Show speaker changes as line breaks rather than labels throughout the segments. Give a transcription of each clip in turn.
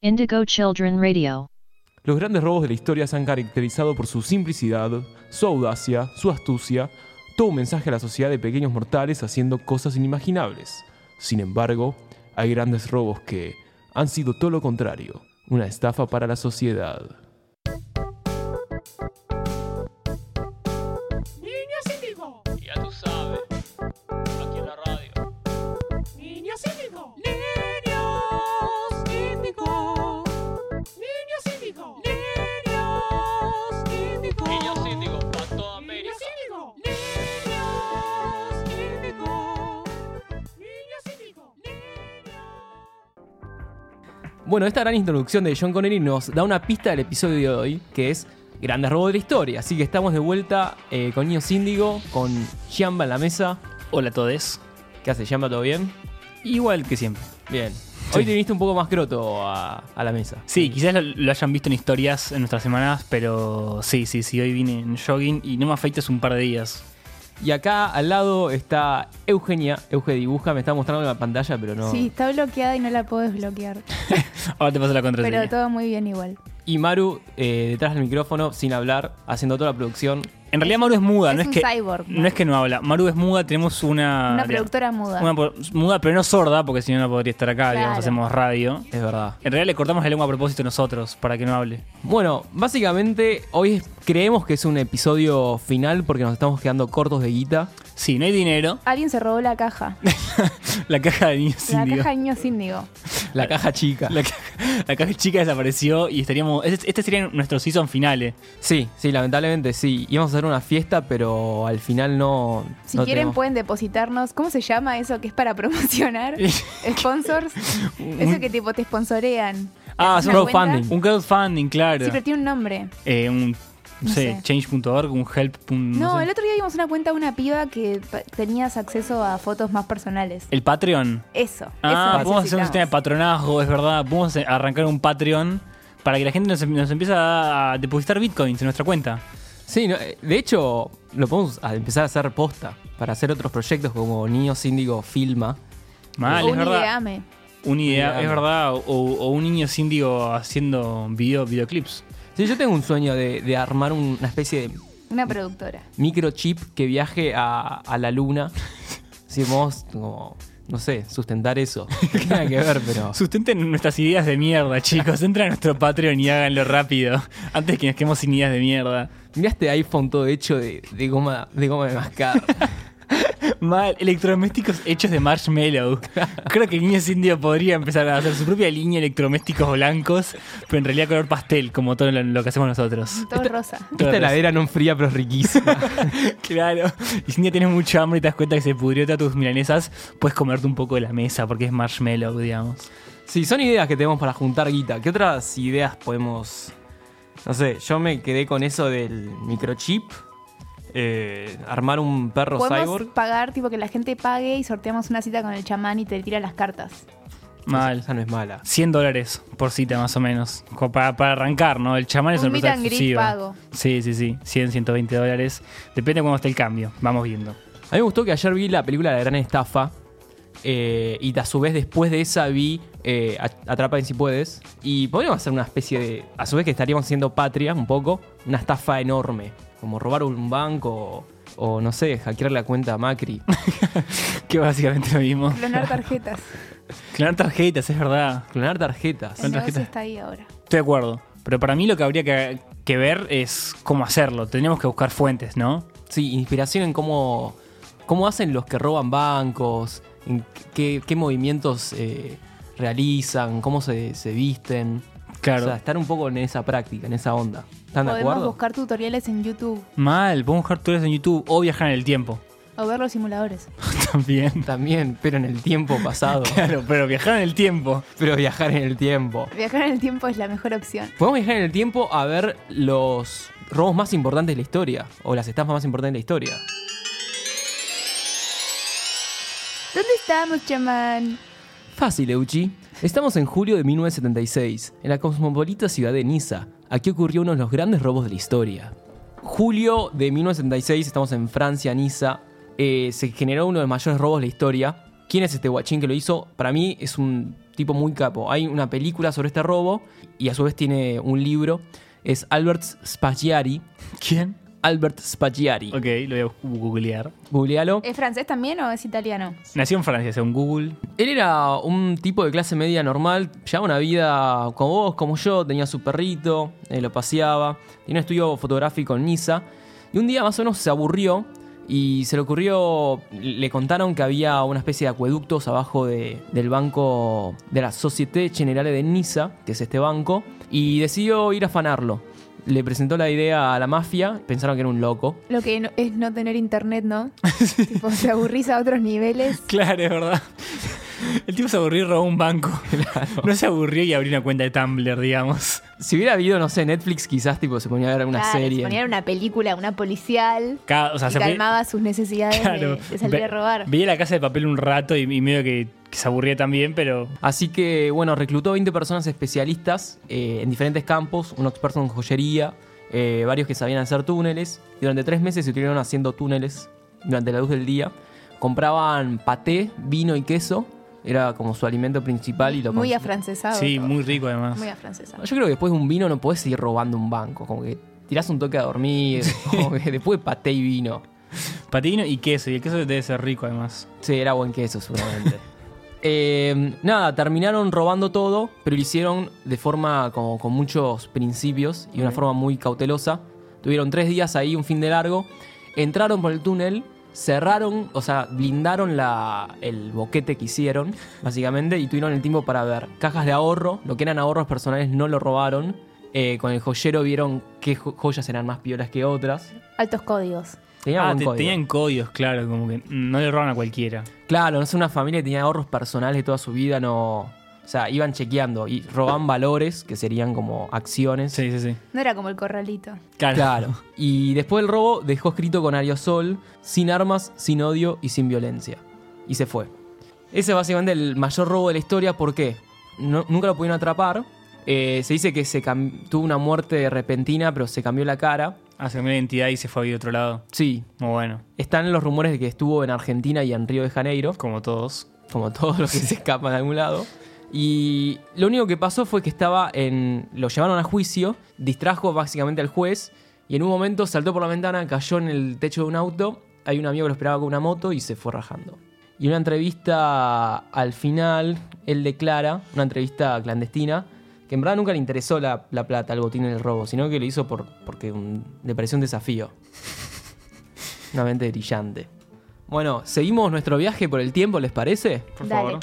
Indigo Children Radio.
Los grandes robos de la historia se han caracterizado por su simplicidad, su audacia, su astucia, todo un mensaje a la sociedad de pequeños mortales haciendo cosas inimaginables. Sin embargo, hay grandes robos que han sido todo lo contrario, una estafa para la sociedad.
Niños Índigo,
Ya tú sabes, aquí en la radio.
niños Índigo, niños Índigo, niños Índigo, niños Índigo,
Niños síndigo, para toda América.
niños Índigo, niños Índigo, niños Índigo,
Bueno, esta gran introducción de John Connery nos da una pista del episodio de hoy, que es Grandes Robos de la Historia. Así que estamos de vuelta eh, con Niños Índigo, con Yamba en la mesa.
Hola a todos.
¿Qué hace Yamba? ¿Todo bien?
Igual que siempre.
Bien. Hoy te viniste un poco más croto a, a la mesa.
Sí, quizás lo, lo hayan visto en historias en nuestras semanas, pero sí, sí, sí, hoy vine en jogging y no me afeites un par de días.
Y acá al lado está Eugenia. Euge dibuja, me está mostrando la pantalla, pero no.
Sí, está bloqueada y no la puedo desbloquear.
Ahora te paso la contraseña.
Pero todo muy bien igual.
Y Maru eh, detrás del micrófono, sin hablar, haciendo toda la producción.
En realidad Maru es muda, no
es
es
un
que
cyborg,
no es que no habla. Maru es muda, tenemos una
Una productora muda.
Ah, una pro- muda, pero no sorda, porque si no no podría estar acá, digamos,
Claro.
hacemos radio.
Es verdad.
En realidad le cortamos la lengua a propósito nosotros para que no hable.
Bueno, básicamente hoy es- creemos que es un episodio final porque nos estamos quedando cortos de guita.
Sí, no hay dinero.
Alguien se robó la caja.
La caja de niños
la
síndigo.
caja de niños índigo.
La caja chica.
La, ca- la caja chica desapareció y estaríamos. Este, este sería nuestro season finale.
Sí, sí, lamentablemente sí. Íbamos a hacer una fiesta, pero al final no.
Si
no
quieren
tenemos.
pueden depositarnos. ¿Cómo se llama eso que es para promocionar? ¿Sponsors? eso que tipo te sponsorean.
Ah,
¿Te
son
das cuenta?
crowdfunding.
Un crowdfunding, claro.
Sí, pero tiene un nombre.
Eh, un. No
No
sé,
sé.
change.org, un help. un-
No,
sé.
el otro día vimos una cuenta de una piba que pa- tenías acceso a fotos más personales.
El Patreon.
Eso.
Ah, podemos
eso
hacer un
necesitamos.
sistema de patronazgo, es verdad. Podemos eh, arrancar un Patreon para que la gente nos, em-, nos empiece a depositar bitcoins en nuestra cuenta.
Sí, no, eh, de hecho, lo podemos a- empezar a hacer posta para hacer otros proyectos como Niños Índigo Filma.
Mal,
O
es
un
verdad.
ideame.
Un idea,
Ideame.
es verdad. O, o un niño síndigo haciendo video, videoclips.
Sí, yo tengo un sueño de, de armar un- una especie de
Una productora.
microchip que viaje a, a la luna. Si vamos, como, no sé, sustentar eso. No Tiene que ver, pero.
Sustenten nuestras ideas de mierda, chicos. Entra a nuestro Patreon y háganlo rápido. Antes que nos quedemos sin ideas de mierda.
Mirá este iPhone todo hecho de, de goma, de goma de mascar.
Mal, electrodomésticos hechos de marshmallow. Creo que Niños Indio podría empezar a hacer su propia línea de electrodomésticos blancos, pero en realidad color pastel, como todo lo, lo que hacemos nosotros.
Todo rosa.
Esta heladera no fría, pero es riquísima.
Claro. Y si un día tienes mucha hambre y te das cuenta que se pudrió todas tus milanesas, puedes comerte un poco de la mesa porque es marshmallow, digamos.
Sí, son ideas que tenemos para juntar guita. ¿Qué otras ideas podemos.? No sé, yo me quedé con eso del microchip. eh, armar un perro
Podemos
cyborg.
pagar, tipo que la gente pague y sorteamos una cita con el chamán y te tira las cartas.
Mal.
Esa no es mala.
100 dólares por cita, más o menos. Como Para, para arrancar, ¿no? El chamán es
Un
una
meet
persona
and greet
exclusiva.
pago.
Sí, sí, sí. 100, 120 dólares. Depende de cuándo esté el cambio. Vamos viendo.
A mí me gustó que ayer vi la película La Gran Estafa. eh, y a su vez después de esa vi eh, A- Atrapa en si puedes. Y podríamos hacer una especie de. A su vez que estaríamos siendo patria un poco. Una estafa enorme. Como robar un banco. O, o, no sé, hackear la cuenta a Macri.
Que básicamente lo mismo.
Clonar tarjetas.
Clonar tarjetas, es verdad.
Clonar tarjetas.
El negocio
tarjetas.
está ahí ahora.
Estoy de acuerdo. Pero para mí lo que habría que, que ver es cómo hacerlo. Tenemos que buscar fuentes, ¿no?
Sí, inspiración en cómo, cómo hacen los que roban bancos, en qué, qué movimientos eh, realizan, cómo se, se visten.
Claro.
O sea, estar un poco en esa práctica, en esa onda. ¿Están de
Podemos
acuerdo?
buscar tutoriales en YouTube
Mal, podemos buscar tutoriales en YouTube o viajar en el tiempo.
o ver los simuladores.
También.
También, pero en el tiempo pasado.
Claro, pero viajar en el tiempo.
pero viajar en el tiempo.
Viajar en el tiempo es la mejor opción.
Podemos viajar en el tiempo a ver los robos más importantes de la historia, o las estafas más importantes de la historia.
¿Dónde estamos, chamán?
Fácil, Euchi. Estamos en julio de 1976, en la cosmopolita ciudad de Niza. Aquí ocurrió uno de los grandes robos de la historia. Julio de 1976, estamos en Francia, Niza. Eh, se generó uno de los mayores robos de la historia. ¿Quién es este guachín que lo hizo? Para mí es un tipo muy capo. Hay una película sobre este robo y a su vez tiene un libro. Es Albert Spaggiari.
¿Quién?
Albert Spaggiari.
Ok, lo voy a bu- googlear.
Googlealo.
¿Es francés también o es italiano?
Nació en Francia, según Google.
Él era un tipo de clase media normal, llevaba una vida como vos, como yo, tenía su perrito, eh, lo paseaba, tenía un estudio fotográfico en Niza, y un día más o menos se aburrió y se le ocurrió, le contaron que había una especie de acueductos abajo de- del banco de la Société Generale de Niza, que es este banco, y decidió ir a afanarlo. Le presentó la idea a la mafia, pensaron que era un loco,
Lo que no- es no tener internet, ¿no? Tipo, te aburrís a otros niveles.
Claro, es verdad. El tipo se aburrió y robó un banco. No se aburrió y abrió una cuenta de Tumblr, digamos.
Si hubiera habido, no sé, Netflix quizás tipo se ponía a ver una
Claro,
serie.
Se ponían una película, una policial.
Cada- o sea,
y
Ah, se fue-
calmaba sus necesidades de-
Claro.
de, salir
Ve-
a robar.
Veía la casa de papel un rato y, y medio que, que se aburría también, pero.
Así que, bueno, reclutó 20 personas especialistas eh, en diferentes campos, unos expertos en joyería, eh, varios que sabían hacer túneles. Y durante tres meses se estuvieron haciendo túneles durante la luz del día. Compraban paté, vino y queso. Era como su alimento principal y lo
Muy
cons-
afrancesado.
Sí,
todo.
muy rico además.
Ah, Muy afrancesado.
Yo creo que después de un vino no podés seguir robando un banco. Como que tirás un toque a dormir. como que después de paté y vino.
Patino y queso, y el queso debe ser rico además.
Sí, era buen queso, seguramente. Eh, nada, terminaron robando todo, pero lo hicieron de forma como con muchos principios y una forma muy cautelosa. Tuvieron tres días ahí, un fin de largo. Entraron por el túnel, cerraron, o sea, blindaron la, el boquete que hicieron, básicamente, y tuvieron el tiempo para ver cajas de ahorro. Lo que eran ahorros personales no lo robaron. Eh, con el joyero vieron qué jo- joyas eran más piolas que otras.
Altos códigos.
Tenían
ah,
buen
te-
código.
tenían códigos, claro, como que mm, no le roban a cualquiera.
Claro, no es una familia que tenía ahorros personales de toda su vida, no. O sea, iban chequeando y robaban valores, que serían como acciones.
Sí, sí, sí.
No era como el corralito.
Claro.
Claro. Y después del robo dejó escrito con aerosol, sin armas, sin odio y sin violencia. Y se fue. Ese es básicamente el mayor robo de la historia. ¿Por qué? No- nunca lo pudieron atrapar. Eh, se dice que se cam- tuvo una muerte repentina, pero se cambió la cara.
Ah, se cambió la identidad y se fue a vivir a otro lado.
Sí.
Muy bueno,
Están los rumores de que estuvo en Argentina y en Río de Janeiro.
como todos.
como todos los que se escapan de algún lado. Y lo único que pasó fue que estaba en. Lo llevaron a juicio, distrajo básicamente al juez y en un momento saltó por la ventana, cayó en el techo de un auto. Hay un amigo que lo esperaba con una moto y se fue rajando. Y en una entrevista al final, él declara, una entrevista clandestina, que en verdad nunca le interesó la, la plata, el botín en el robo, sino que lo hizo por, porque un- le pareció un desafío. Una mente brillante. Bueno, seguimos nuestro viaje por el tiempo, ¿les parece?
Por
Dale.
favor.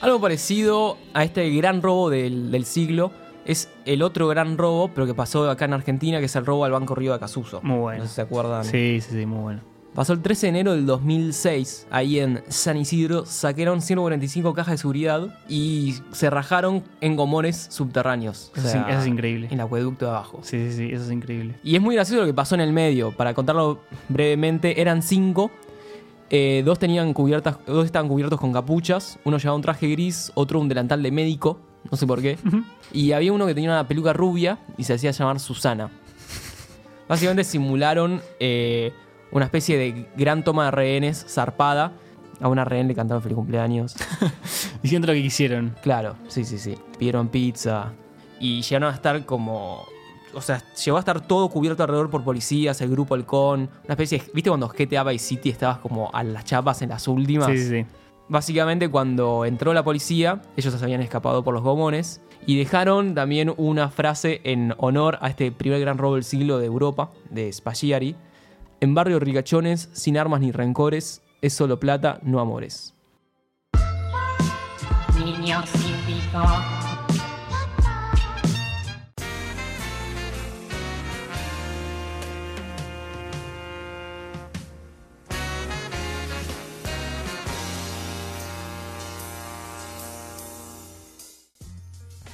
Algo parecido a este gran robo del, del siglo es el otro gran robo, pero que pasó acá en Argentina, que es el robo al Banco Río de Acasuso.
Muy bueno.
No sé si se acuerdan.
Sí, sí, sí, muy bueno.
Pasó el 13 de enero del 2006, ahí en San Isidro, saquearon 145 cajas de seguridad y se rajaron en gomones subterráneos.
Eso es in- eso es increíble.
En el acueducto de abajo.
Sí, sí, sí, eso es increíble.
Y es muy gracioso lo que pasó en el medio. Para contarlo brevemente, eran cinco. Eh, dos tenían cubiertas, dos estaban cubiertos con capuchas. Uno llevaba un traje gris, otro un delantal de médico, no sé por qué. Y había uno que tenía una peluca rubia y se hacía llamar Susana. Básicamente simularon eh, una especie de gran toma de rehenes zarpada. A una rehén le cantaron feliz cumpleaños.
Diciendo lo que quisieron.
Claro, sí, sí, sí. Pidieron pizza y llegaron a estar como... O sea, llegó a estar todo cubierto alrededor por policías, el grupo Halcón, una especie de... ¿Viste cuando GTA Vice City estabas como a las chapas en las últimas?
Sí, sí, sí.
Básicamente cuando entró la policía, ellos se habían escapado por los gomones y dejaron también una frase en honor a este primer gran robo del siglo de Europa, de Spaghiari. En barrio ricachones, sin armas ni rencores, es solo plata, no amores.
Niño síndico.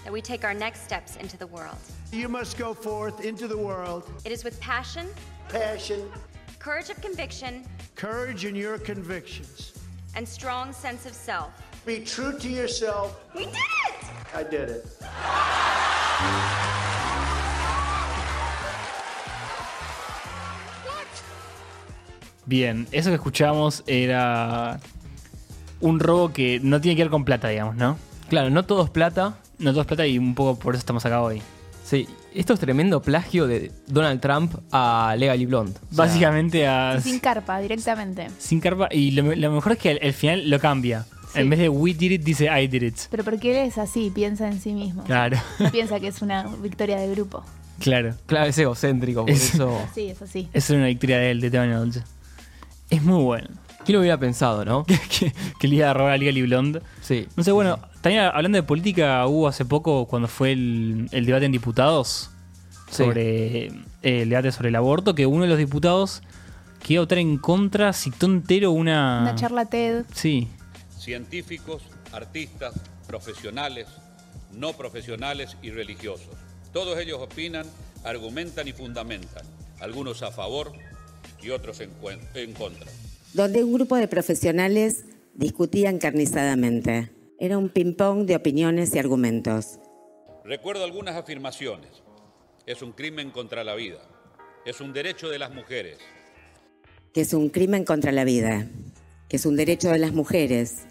that we take our next steps into the world.
You must go forth into the world,
It is with passion,
passion,
courage of conviction,
courage in your convictions.
and strong sense of self.
Be true to yourself.
We did it!
I did it.
Bien, eso que escuchamos era un robo que no tiene que ver con plata, digamos, ¿no?
Claro, no todo es plata.
No todo es plata y un poco por eso estamos acá hoy.
Sí, esto es tremendo plagio de Donald Trump a Legally Blonde. O sea,
Básicamente a...
Sin carpa, directamente.
Sin carpa. Y lo, lo mejor es que al, al final lo cambia.
Sí.
En vez de we did it, dice I did it.
Pero porque él es así, piensa en sí mismo.
Claro,
No piensa que es una victoria de grupo.
claro.
Claro, es egocéntrico, por
Es-
eso.
Sí, es así.
Esa era una victoria de él, de Tony Dolce. Es muy bueno.
¿Quién lo hubiera pensado, no?
que, que le iba a robar a Legally Blonde.
Sí.
No sé, bueno, también hablando de política, hubo hace poco cuando fue el, el debate en diputados
Sí.
sobre eh, el debate sobre el aborto, que uno de los diputados que iba a votar en contra citó entero una.
Una charla TED.
Sí,
científicos, artistas, profesionales, no profesionales y religiosos. Todos ellos opinan, argumentan y fundamentan, algunos a favor y otros en, cuen- en contra.
donde un grupo de profesionales discutía encarnizadamente. Era un ping-pong de opiniones y argumentos.
Recuerdo algunas afirmaciones. Es un crimen contra la vida. Es un derecho de las mujeres.
Que es un crimen contra la vida, que es un derecho de las mujeres,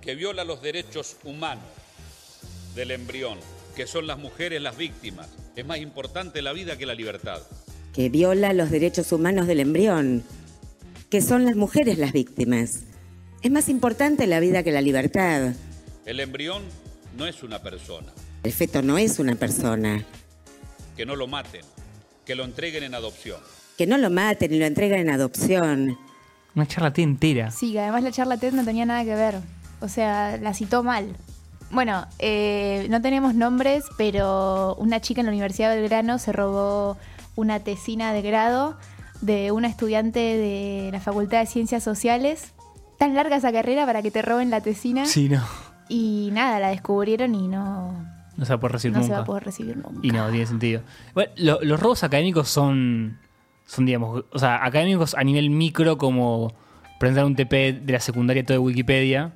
que viola los derechos humanos del embrión, que son las mujeres las víctimas. Es más importante la vida que la libertad.
que viola los derechos humanos del embrión, que son las mujeres las víctimas. Es más importante la vida que la libertad.
El embrión no es una persona.
El feto no es una persona.
Que no lo maten, que lo entreguen en adopción.
Que no lo maten y lo entreguen en adopción.
una charla T entera.
Sí, que además la charla TED no tenía nada que ver. O sea, la citó mal. Bueno, eh, no tenemos nombres, pero una chica en la Universidad de Belgrano se robó una tesina de grado de una estudiante de la Facultad de Ciencias Sociales. Tan larga esa carrera para que te roben la tesina.
Sí, no.
Y nada, la descubrieron y no,
No se va a poder recibir
no se
nunca.
va a poder recibir nunca.
Y no, tiene sentido. Bueno, lo- los robos académicos son, son, digamos, o sea, académicos a nivel micro como presentar un TP de la secundaria todo de Wikipedia,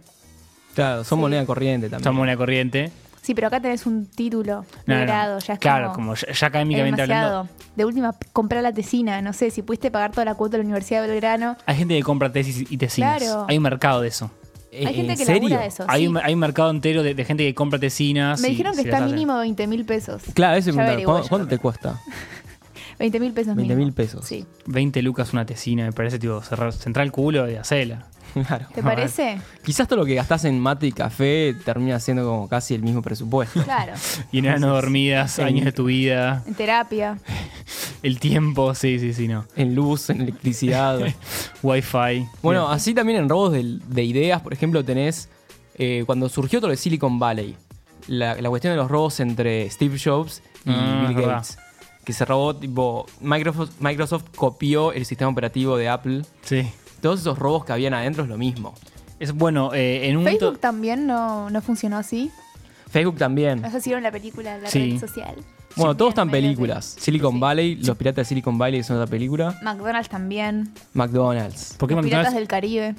Claro, son moneda corriente también.
estamos en la corriente.
Sí, pero acá tenés un título de
No, no, no.
grado, ya es
claro, como, ya, ya
es
académicamente
demasiado.
hablando.
De última, comprar la tesina, no sé, si pudiste pagar toda la cuota de la Universidad de Belgrano.
Hay gente que compra tesis y tesinas.
Claro.
Hay un mercado de eso.
Eh,
Hay gente
¿en
que
serio?
labura de eso.
Hay,
sí.
un, hay un mercado entero de, de gente que compra tesinas.
Me
y
dijeron que
se
está
las hace.
mínimo 20 mil pesos.
Claro, eso me
Ya
preguntaba,
averigué,
¿cuánto,
ya
cuánto te
averigué.
cuesta?
20 mil pesos
20.000
mínimo.
pesos.
Sí.
20 lucas una tesina, me parece, tipo, cerrar, centrar el culo y hacerla.
Claro.
¿Te parece?
Quizás todo lo que gastás en mate y café termina siendo como casi el mismo presupuesto.
Claro.
Y nada, no dormidas, años de tu vida,
En terapia.
el tiempo, sí, sí, sí, no.
en luz, en electricidad.
Wi-Fi.
bueno, así también en robos del- de, ideas, por ejemplo, tenés eh, cuando surgió todo lo de Silicon Valley, la, la cuestión de los robos entre Steve Jobs y
Ah, es
Bill
verdad.
Gates. Que se robó, tipo, Microsoft, Microsoft copió el sistema operativo de Apple.
Sí.
Todos esos robos que habían adentro es lo mismo.
Es bueno, eh, en un momento-
Facebook también no, no funcionó así.
Facebook también.
No sé si vieron la película, la
Sí.
red social.
Bueno,
Sí,
todos están
bien,
películas.
sí.
Silicon
Sí.
Valley, Los Piratas de Silicon Valley, que son otra película.
McDonald's también.
McDonald's,
¿Por qué,
Los Piratas
McDonald's,
del Caribe.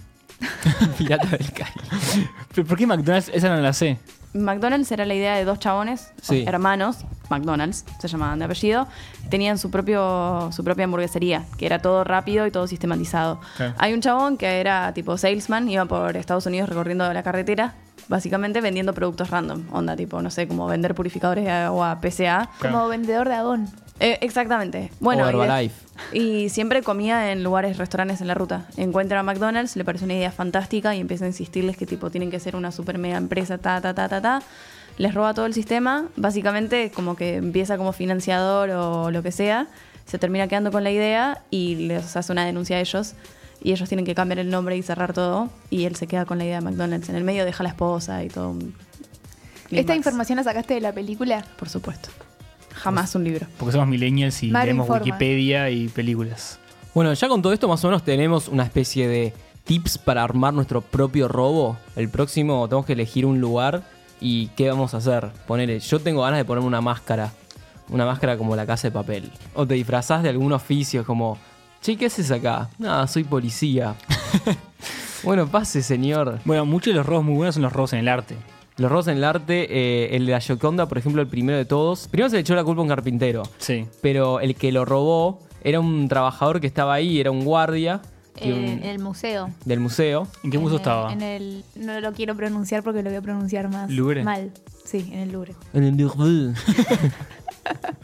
Piratas del Caribe.
¿Por qué McDonald's? Esa no la sé.
McDonald's era la idea de dos chabones,
Sí.
hermanos, McDonald's, se llamaban de apellido, tenían su, propio, su propia hamburguesería, que era todo rápido y todo sistematizado.
Claro.
Hay un chabón que era tipo salesman, iba por Estados Unidos recorriendo la carretera, básicamente vendiendo productos random, onda tipo, no sé, como vender purificadores de agua PCA.
Como vendedor de agón.
Eh, exactamente. Bueno,
O
y de-
Herbalife.
Y, siempre comía en lugares, restaurantes en la ruta. Encuentra a McDonald's, le parece una idea fantástica y empieza a insistirles que tipo tienen que ser una super mega empresa, ta, ta, ta, ta, ta. Les roba todo el sistema. Básicamente como que empieza como financiador o lo que sea. Se termina quedando con la idea y les hace una denuncia a ellos. Y ellos tienen que cambiar el nombre y cerrar todo. Y él se queda con la idea de McDonald's. En el medio deja a la esposa y todo. un
¿Esta
clímax,
información la sacaste de la película?
Por supuesto. Jamás un libro.
Porque somos millennials y
Mal
leemos
informa.
Wikipedia y películas.
Bueno, ya con todo esto más o menos tenemos una especie de tips para armar nuestro propio robo. El próximo tenemos que elegir un lugar y qué vamos a hacer. Ponele, yo tengo ganas de ponerme una máscara. Una máscara como la casa de papel. O te disfrazás de algún oficio como, che, ¿qué haces acá? Nada, soy policía. bueno, pase, señor.
Bueno, muchos de los robos muy buenos son los robos en el arte.
Los robos en el arte, eh, el de la Gioconda, por ejemplo, el primero de todos. Primero se le echó la culpa a un carpintero,
Sí.
pero el que lo robó era un trabajador que estaba ahí, era un guardia, Tiene
en
un-
el museo.
del museo.
¿En qué museo
En el-
estaba?
En el, no lo quiero pronunciar porque lo voy a pronunciar más
Louvre.
mal. Sí, en el Louvre.
En el Louvre.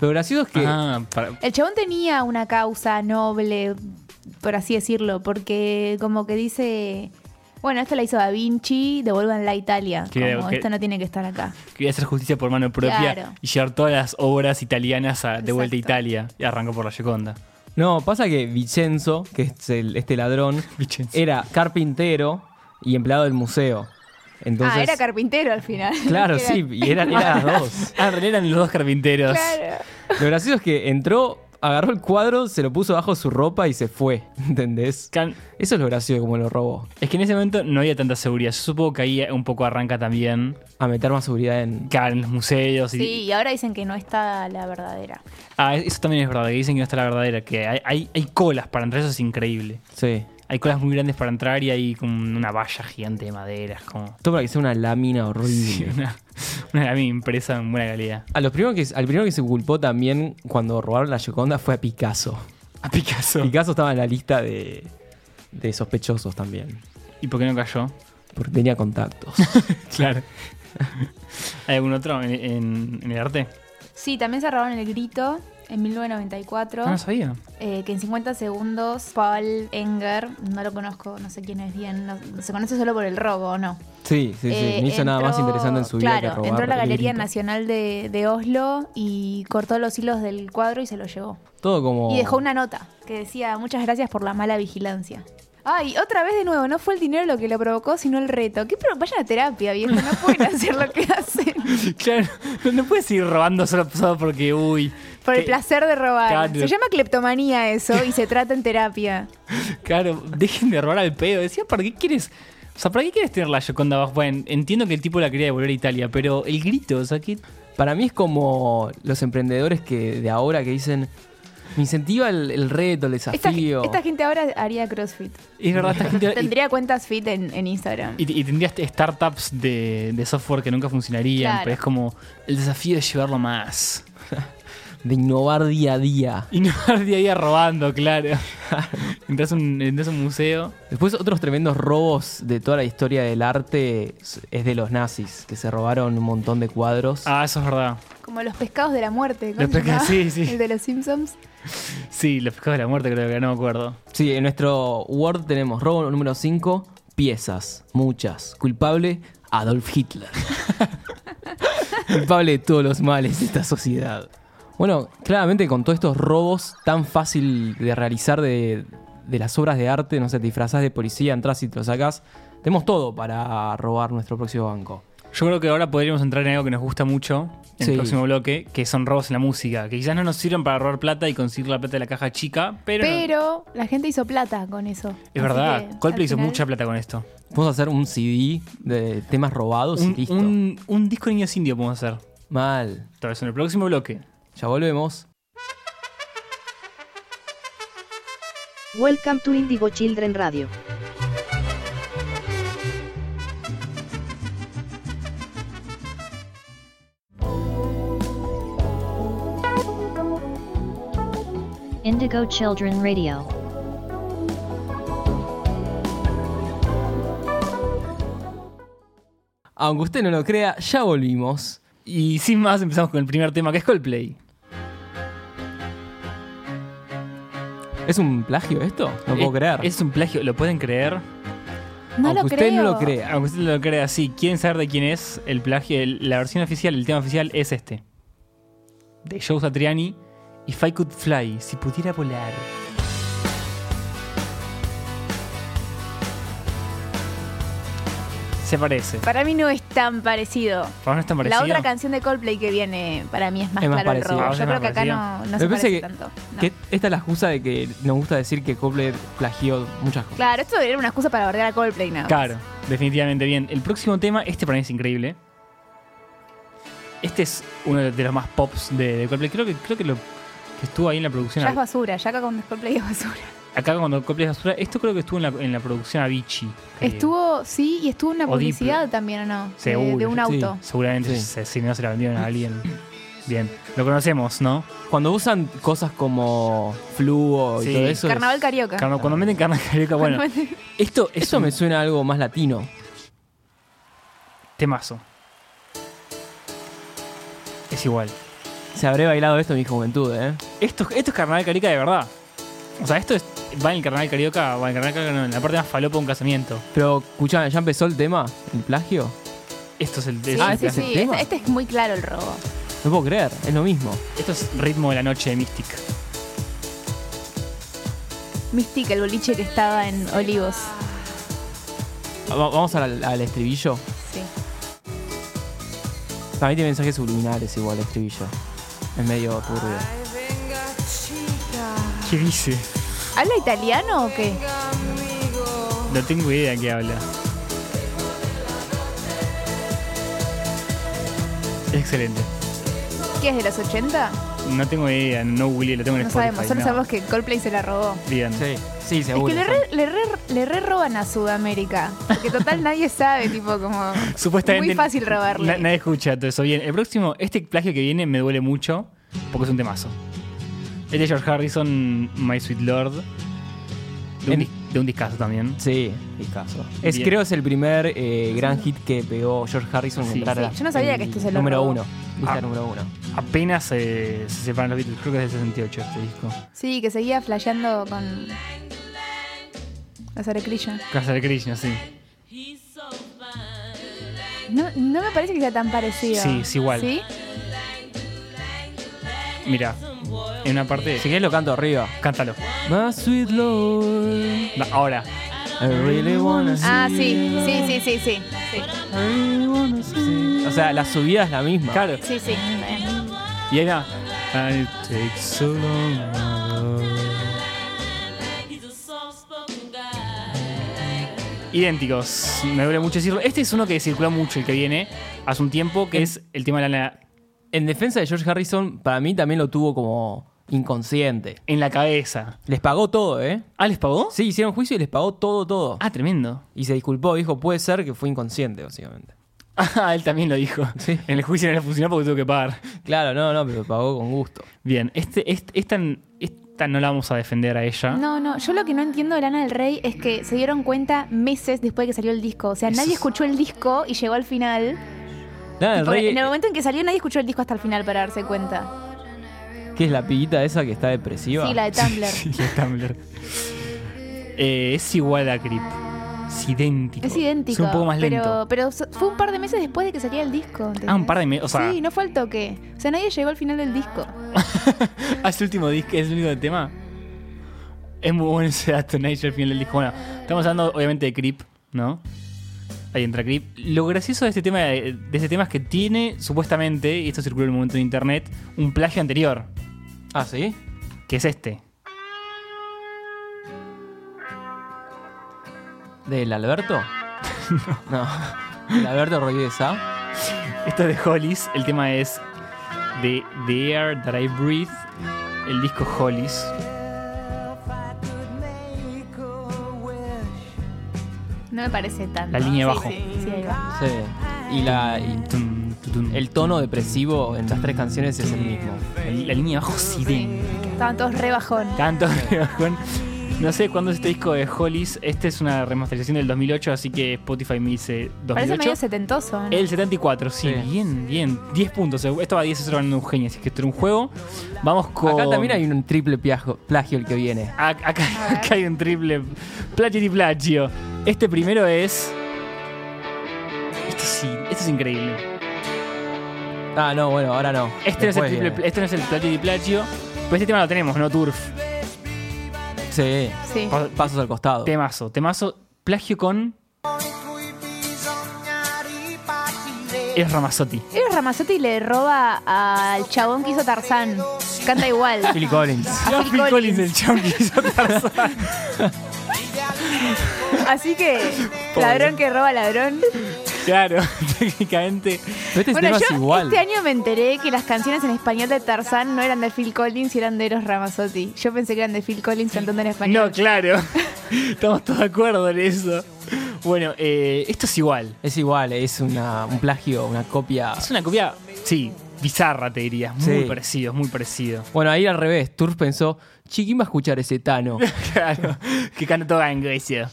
Lo gracioso es que
Ah, para-
El chabón tenía una causa noble, por así decirlo, porque como que dice, bueno, esta la hizo Da Vinci, devuélvanla a Italia.
Que-
como
que-
esto no tiene que estar acá.
quería hacer justicia por mano propia
Claro.
y llevar todas las obras italianas a- de vuelta a
Exacto.
Italia. Y arrancó por la Gioconda.
No, pasa que Vincenzo, que es el- este ladrón,
Vincenzo.
era carpintero y empleado del museo. Entonces,
ah, era carpintero al final.
Claro,
Era-
sí, y eran, eran las dos.
Ah, en realidad eran los dos carpinteros.
Claro.
Lo gracioso es que entró, agarró el cuadro, se lo puso bajo su ropa y se fue, ¿entendés?
Can-
Eso es lo gracioso como lo robó.
Es que en ese momento no había tanta seguridad. Yo supongo que ahí un poco arranca también.
A meter más seguridad en...
Claro, en los museos. Y,
Sí, y ahora dicen que no está la verdadera.
Ah, eso también es verdad. Que dicen que no está la verdadera. Que hay, hay, hay colas para entrar. Eso es increíble.
Sí.
Hay colas muy grandes para entrar y hay como una valla gigante de madera. Es como.
Todo para que sea una lámina horrible.
Sí, una, una lámina impresa en buena calidad.
A los primeros que, al primero que se culpó también cuando robaron la Gioconda fue a Picasso.
A Picasso.
Picasso estaba en la lista de, de sospechosos también,
¿Y por qué no cayó?
porque tenía contactos.
Claro. ¿Hay algún otro en, en- en el arte?
Sí, también se robaron el grito en 1994.
Ah, No, no sabía.
eh, que en 50 segundos Paul Enger, no lo conozco, no sé quién es bien, no- se conoce solo por el robo, ¿o no?
Sí, sí, sí.
Eh,
no hizo nada
entró-
más interesante en su vida
claro,
que robar.
entró a la
el
Galería
grito.
Nacional de, de Oslo y cortó los hilos del cuadro y se lo llevó.
Todo como.
Y dejó una nota que decía, muchas gracias por la mala vigilancia. Ay, otra vez de nuevo, no fue el dinero lo que lo provocó, sino el reto. ¿Qué pro- Vayan a terapia, viejo, no pueden hacer lo que hacen.
Claro, no, no puedes ir robando solo, solo porque, uy.
Por el
que-
placer de robar.
Claro.
Se llama cleptomanía eso y se trata en terapia.
Claro, dejen de robar al pedo. Decía, ¿para qué quieres? O sea, ¿para qué quieres tener la Gioconda abajo? Bueno, entiendo que el tipo la quería devolver a Italia, pero el grito, o sea, que.
Para mí es como los emprendedores que de ahora que dicen. Me incentiva el, el reto, el
Esta,
desafío.
esta gente ahora haría CrossFit.
Es verdad, esta gente. y-
Tendría cuentas fit en, en Instagram.
Y, y tendrías startups de, de software que nunca funcionarían,
Claro.
pero es como el desafío de llevarlo más.
De innovar día a día.
Y no estar día a día robando, claro. Entras a un, entras a un museo.
Después, otros tremendos robos de toda la historia del arte es es de los nazis, que se robaron un montón de cuadros.
Ah, eso es verdad.
Como los pescados de la muerte. ¿cómo
Los
se
pescados,
llamaba?
sí, sí.
El de los Simpsons.
Sí, los pescados de la muerte creo que no me acuerdo.
Sí, en nuestro Word tenemos robo número 5, piezas, muchas. Culpable, Adolf Hitler. Culpable de todos los males de esta sociedad. Bueno, claramente con todos estos robos tan fácil de realizar de, de las obras de arte, no sé, te disfrazás de policía, entras y te lo sacás, tenemos todo para robar nuestro próximo banco.
Yo creo que ahora podríamos entrar en algo que nos gusta mucho en
Sí.
el próximo bloque, que son robos en la música, que quizás no nos sirven para robar plata y conseguir la plata de la caja chica, pero...
Pero la gente hizo plata con eso.
es
Así
verdad,
que,
Coldplay
al
hizo
final,
mucha plata con esto.
Podemos hacer un CD de temas robados y
Un,
listo.
un- un disco de niños indio podemos hacer.
Mal.
Tal vez en el próximo bloque.
Ya volvemos.
Welcome to Indigo Children Radio. Indigo Children Radio.
Aunque usted no lo crea, ya volvimos.
Y sin más empezamos con el primer tema, que es Coldplay.
¿Es un plagio esto? No puedo
Es-
creer.
Es un plagio, ¿lo pueden creer? Eh,
No lo
Aunque
creo.
usted no lo crea.
Aunque usted lo crea así, ¿quieren saber de quién es el plagio? El- la versión oficial, el tema oficial es este. De Joe Satriani, If I Could Fly, si pudiera volar. Se parece.
Para mí no es tan parecido.
Para no es tan parecido.
La otra canción de Coldplay que viene, para mí es más
Es más
claro el
parecido.
robo.
Es
Yo
más
creo que acá
parecido.
no, no
Me
se
parece
parece
que-
tanto. no.
Que esta es la excusa de que nos gusta decir que Coldplay plagió muchas cosas.
Claro, esto era una excusa para bordear a Coldplay nada más.
Claro, definitivamente bien. El próximo tema, este para mí es increíble. Este es uno de los más pops de, de Coldplay. Creo que, creo que lo que estuvo ahí en la producción.
Ya es basura, ya acá con Coldplay es basura.
Acá cuando Coldplay es basura, esto creo que estuvo en la, en la producción Avicii. creo.
Estuvo, sí, y estuvo una
O Diplo.
publicidad también, ¿o no? De-
Seguro,
de un
sí.
auto.
Seguramente
Sí.
se- si no se la vendieron a alguien. Bien, lo conocemos, ¿no?
Cuando usan cosas como fluo y
Sí.
todo eso. es-
Carnaval Carioca.
Carna- Cuando meten carne carioca, bueno,
Esto, esto me suena a algo más latino.
temazo. Es igual.
Se habré bailado esto en mi juventud, ¿eh?
Esto, esto es carnaval carioca de verdad. O sea, esto es, va en el carnaval carioca, va en el carnaval carioca, no, en la parte más falopa de un casamiento.
Pero, escuchame, ¿ya empezó el tema? ¿El plagio?
Esto es el, Ah, es
Sí,
el
sí,
placer.
sí.
tema?
Este, este es muy claro el robo.
No puedo creer, es lo mismo.
Esto es ritmo de la noche de Mystic.
Mystic, el boliche que estaba en Olivos.
Va- Vamos al, al estribillo.
Sí.
También tiene mensajes subliminales igual el estribillo. Es medio turbio.
¿Qué dice?
¿Habla italiano o qué?
No tengo idea de qué habla. Es excelente.
¿Qué es de los 80?
No tengo idea, no Willy, lo tengo en
No
Spotify.
sabemos, solo
no.
sabemos que Coldplay se la robó.
Bien.
Sí, sí,
Es
seguro.
que le re, le, re- le re roban a Sudamérica. Porque total nadie sabe, tipo, como.
Supuestamente.
Muy fácil robarle.
na- nadie escucha todo eso. Bien, el próximo, este plagio que viene me duele mucho porque es un temazo. Es de George Harrison, My Sweet Lord. De un,
En-
dis- de un discazo también.
Sí, discazo. Es,
Bien.
creo es el primer eh, gran hit que pegó George Harrison en
Sí.
entrar
Sí,
a-
yo no sabía
en
que esto se lo
Número
robó.
uno. Lista
Ah.
número uno.
Apenas eh, se separan los Beatles, creo que es del 68 este disco.
Sí, que seguía flasheando con. Hare Krishna.
Casa de Krishna, sí.
No, no me parece que sea tan parecido.
Sí, es igual.
¿Sí?
Mira, en una parte.
Si querés lo canto arriba.
Cántalo.
My sweet Lord,
No, ahora.
I really wanna see
Ah, sí,
you.
sí, sí, sí, sí. Sí,
I really wanna see you. O sea, la subida es la misma.
Claro.
sí. sí.
Y ahí va. And it takes so long, my love. Idénticos. Me duele mucho decirlo. Este es uno que circula mucho, el que viene hace un tiempo, que es el tema de la,
En defensa de George Harrison, para mí también lo tuvo como inconsciente.
en la cabeza.
Les pagó todo, ¿eh?
¿Ah, les pagó?
Sí, hicieron juicio y les pagó todo, todo.
Ah, tremendo.
Y se disculpó, dijo, puede ser que fue inconsciente, básicamente.
Ah, él también lo dijo.
Sí.
En el juicio no le funcionó porque tuvo que pagar.
Claro, no, no, pero pagó con gusto.
Bien, este, este- esta, esta no la vamos a defender a ella.
No, no, yo lo que no entiendo de Lana del Rey es que se dieron cuenta meses después de que salió el disco. O sea,
Eso
nadie
es-
escuchó el disco y llegó al final.
Lana del
Tipo,
Rey,
En
eh,
el momento en que salió, nadie escuchó el disco hasta el final para darse cuenta.
que es la pibita esa que está depresiva.
Sí, la de Tumblr.
Sí, la Tumblr. Eh, es igual a Creep. Es idéntico.
Es idéntico.
Es un poco más lento.
Pero, pero so- fue un par de meses después de que salía el disco.
Ah,
¿entendés?
un par de meses. O sea,
Sí, no fue al toque. O sea, nadie llegó al final del disco.
Ah, ¿Es el último disco? ¿Es el último tema? Es muy bueno ese dato, nadie llega al final del disco. Bueno, estamos hablando obviamente de Creep, ¿no? Ahí entra Creep. Lo gracioso de este tema, de este tema es que tiene, supuestamente, y esto circuló en un momento en internet, un plagio anterior,
Ah, ¿sí?
que es este.
¿Del Alberto? no. ¿Del Alberto Rodríguez ah? A?
Esto es de Hollies, el tema es de The Air That I Breathe, el disco Hollies.
No me parece tanto.
La línea de bajo.
Sí, sí, ahí va.
Sí. Y, la, y
Tum, tu, tum.
el tono depresivo en las tres canciones es el mismo.
la, la línea abajo es idéntica.
Estaban todos re bajón.
Tanto bajón. No sé cuándo es este disco de Hollies. Este es una remasterización del 2008, así que Spotify me dice
Parece
2008.
medio setentoso. ¿no?
El 74, sí,
Sí.
bien, bien. 10 puntos. eh, Esto va a 10 0 ganando Eugenia, así que esto era un juego. Vamos con.
Acá también hay un triple piajo- plagio el que viene.
A- acá, acá hay un triple. Plagio y plagio. Este primero es. Este sí, este es increíble.
Ah, no, bueno, ahora no.
Este no es, el
Después
triple, este no es el plagio y plagio. Pero este tema lo tenemos, ¿no? Turf.
viene. Sí.
Sí.
Pa- Pasos al costado.
Temazo, temazo. Plagio con. Es Ramazzotti.
Eros Ramazzotti le roba al chabón que hizo Tarzán. Canta igual.
Phil Collins.
A Phil Collins.
Ah, el chabón que hizo Tarzán.
Así que, ladrón que roba ladrón.
Claro, técnicamente.
Pero este
Bueno,
tema
yo
es igual.
este año me enteré que las canciones en español de Tarzán no eran de Phil Collins y eran de Eros Ramazzotti. Yo pensé que eran de Phil Collins cantando en
No,
español.
claro. Estamos todos de acuerdo en eso. Bueno, eh, esto es igual.
Es igual, es una, un plagio, una copia.
Es una copia, sí, bizarra, te diría.
Sí.
Muy parecido, muy parecido.
Bueno, ahí al revés, Turf pensó, chiquín va a escuchar ese Tano.
claro, que canta toda en Grecia.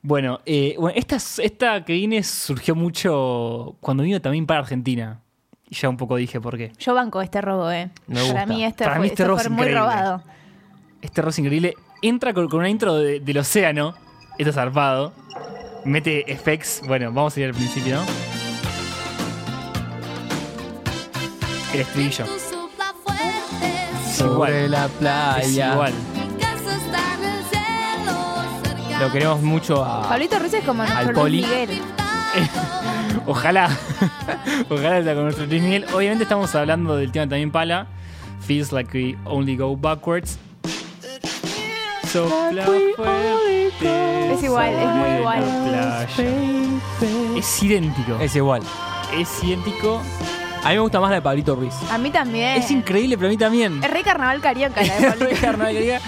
Bueno, eh, bueno esta, esta que vine surgió mucho cuando vino también para Argentina. Y ya un poco dije por qué.
Yo banco este robo, ¿eh?
Me gusta.
Para mí este
Para
fue,
mí este
esto
robo
fue
es
muy
increíble.
robado.
Este rock increíble entra con, con una intro de- del océano. Esto es zarpado. Mete FX. Bueno, vamos a ir al principio, ¿no? El estribillo. Es
Sobre
igual.
la playa.
Es igual.
Lo queremos mucho a...
Pablito Ruiz es como nuestro
poli.
Luis Miguel.
Ojalá. Ojalá sea con nuestro Luis Miguel. Obviamente estamos hablando del tema también pala. Feels like we only go backwards. Sopla fuerte
Es igual, es muy
sobre
igual.
la playa. Es idéntico. Es,
Es igual.
idéntico.
Eh.
A mí me gusta más la de Pablito Ruiz.
A mí también.
Es increíble, pero a mí también.
Es re carnaval carioca la de Pablito.
Carnaval que diga.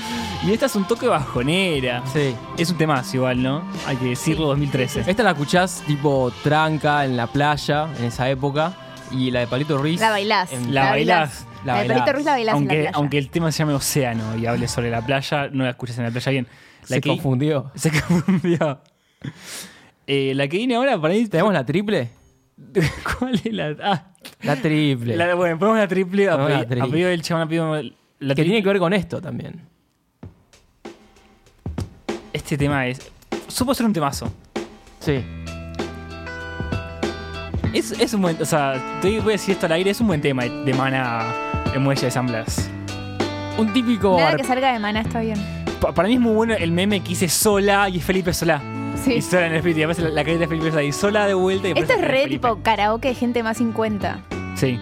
y esta es un toque bajonera.
Sí.
Es un temazo igual, ¿no? Hay que decirlo 2013.
Esta la escuchás tipo tranca en la playa, en esa época. Y la de Pablito Ruiz.
La bailás.
en-
La bailás.
La
La, de Pablito
bailás.
Ruiz la bailás en la
aunque,
playa.
aunque el tema se llame Océano y hable sobre la playa, no la escuchas en la playa bien. La
Se
que-
confundió.
Se confundió. Eh, la que viene ahora para mí.
¿Tenemos la triple?
¿Cuál es la.? Ah,
La triple.
la- bueno, ponemos la triple. A,
Ponemos
pedi-
la triple.
a pedido del chabón, a pedido. La
que
tri-
tiene que ver con esto también.
Este tema es. Supo ser un temazo.
Sí.
Es, es un buen. O sea, te voy a decir esto al aire. Es un buen tema de mana en Muelle de San Blas.
Un típico
Nada
ar-
que salga de maná está bien.
Pa- para mí es muy bueno el meme que hice sola y es Felipe Solá.
Sí.
Y sola en el espíritu. Y aparece la, la carita de Felipe Solá y sola de vuelta. Y
Esto
aparece
es
la cara de
re
Felipe.
tipo karaoke de gente más 50.
Sí.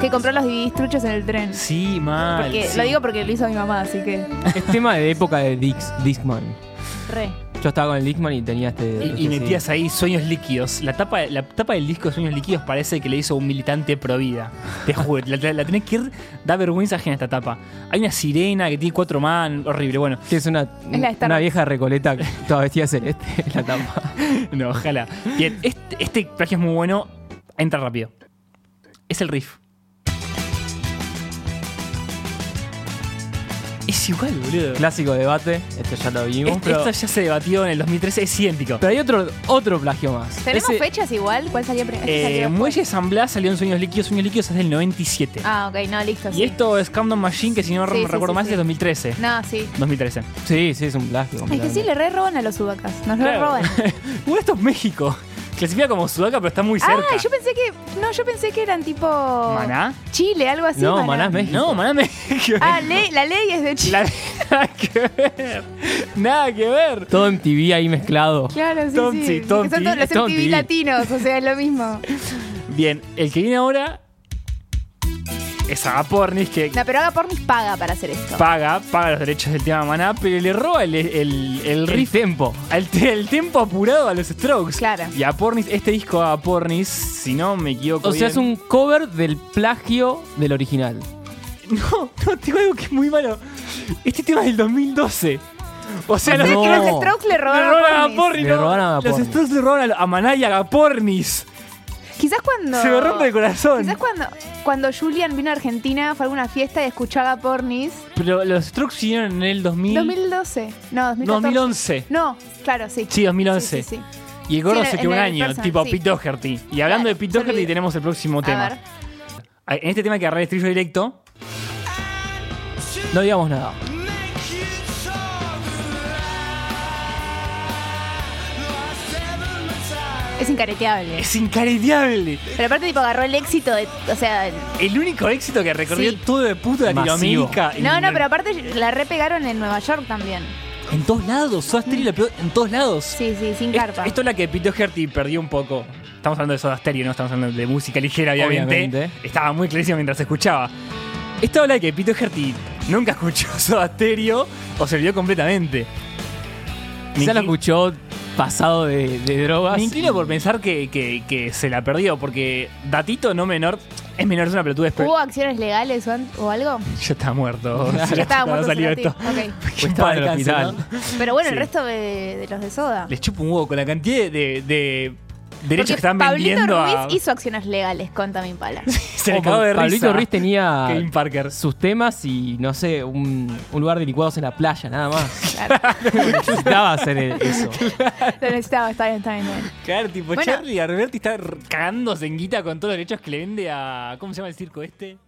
Que compró los DVDs truchos en el tren.
Sí, mal.
Porque,
sí.
Lo digo porque lo hizo mi mamá, así que.
es tema de época de Dix- Discman.
Re.
Yo estaba con el Discman y tenía este. este
Y, y metías
CD.
ahí sueños líquidos. La tapa, la tapa del disco de Sueños Líquidos parece que le hizo un militante pro vida. Te juro, la, la- la tenés que ir. Da vergüenza ajena esta tapa. Hay una sirena que tiene cuatro manos, horrible. Bueno,
Que es una,
la de Star
una
Wars.
vieja recoleta toda vestida de celeste en la tapa.
no, ojalá. Bien, este, este plagio es muy bueno. Entra rápido. Es el riff. Es igual, boludo.
Clásico debate, esto ya lo vimos.
Este-
pero,
esto ya se debatió en el 2013, es idéntico.
pero hay otro, otro plagio más.
¿Tenemos
Ese-
fechas igual? ¿Cuál salía primero? Este
Eh,
salió después.
Muelle San Blas salió en Sueños Líquidos. Sueños Líquidos es del 97.
Ah, ok, no, listo.
Y
sí.
esto es Countdown Machine, que si no
Sí, sí,
recuerdo
sí,
más
sí.
es de 2013.
No, sí.
2013.
Sí, sí, es un plagio.
Es que sí, le re roban a los subacas. Nos re roban.
Bueno, esto es México. Clasifica como Sudaca, pero está muy cerca.
Ah, yo pensé que. No, yo pensé que eran tipo.
¿Maná?
Chile, algo así.
No, Maná es México.
No, maná, México.
Ah, ley- la ley es de Chile.
La- nada que ver. Nada que ver.
Todo en TV ahí mezclado.
Claro, sí,
Tonti,
sí. Que
tonti,
son todos los MTV
tonti.
latinos, o sea, es lo mismo.
Bien, el que viene ahora es Aga Pornis, que
No, pero Haga Pornis paga para hacer esto.
paga, paga los derechos del tema Maná, pero le roba el, el, el
El
riff.
tempo.
al te- el tiempo apurado a los Strokes.
Claro.
Y a Pornis, este disco a Pornis, si no me equivoco.
O sea,
bien-
es un cover del plagio del original.
No, no, te digo algo que es muy malo. Este tema es del 2012. O sea,
O
los
sea,
Que
No.
Ah, los Strokes le
Le
robaron.
robaron a
a Pornis.
Gapornis.
Le robaron a
Los
Gapornis.
Strokes le robaron a Maná y a Gapornis.
Quizás cuando.
Se me rompe el corazón.
Quizás cuando, cuando Julian vino a Argentina, fue a alguna fiesta y escuchó a Haga Pornis.
Pero los Strokes vinieron en el 2000,
2012. No, 2014.
2011.
No, claro, sí.
Sí, 2011.
Sí, sí, sí.
Y el gordo
Sí, en
se
el-
quedó un
en el
año,
Person,
tipo
sí.
Pete Doherty. Y hablando
Claro,
de Pete
se
Doherty,
olvidó.
tenemos el próximo
A
tema.
ver.
En este tema que agarré el estribillo directo.
No digamos nada.
Es incareteable.
Es incareteable.
Pero aparte, tipo, agarró el éxito de. O sea.
El único éxito que recorrió
Sí.
todo de puto Latinoamérica.
No,
En-
no, pero aparte la repegaron en Nueva York también.
En todos lados. Soda Stereo la pegó en todos lados.
Sí, sí, sin
Est-
carpa.
Eh, Esto es la que Pete Doherty perdió un poco. Estamos hablando de Soda Stereo, no estamos hablando de música ligera, obviamente.
Obviamente.
Estaba muy clarísimo mientras escuchaba. Esto habla de que Pete Doherty nunca escuchó Soda Stereo o se olvidó completamente. Me
Quizá lo
inclin-
escuchó pasado de, de drogas.
me inclino por pensar que, que- que se la perdió, porque Datito no menor, es menor, es una pelotuda, pero
¿Hubo acciones legales o, an- o algo?
ya está muerto. Ya
estaba muerto
salió
Cerati.
esto.
Ok.
Que en
Estaba
paz
en el
descanse,
hospital.
¿no?
Pero bueno,
Sí.
el resto de, de los de soda.
Les chupo un huevo con la cantidad de, de, derechos que están
Pablito
vendiendo
Ruiz
a.
hizo acciones legales con Tami Impala.
Se le cagó de risa.
Oh, Pablito Ruiz tenía
Kevin Parker.
sus temas y, no sé, un, un lugar de licuados en la playa, nada más. Necesitaba hacer e- eso.
Lo necesitaba, está bien, está bien. está bien.
Claro, tipo,
Bueno.
Charlie Alberti está r- cagándose en guita con todos los derechos que le vende a. ¿Cómo se llama el circo este?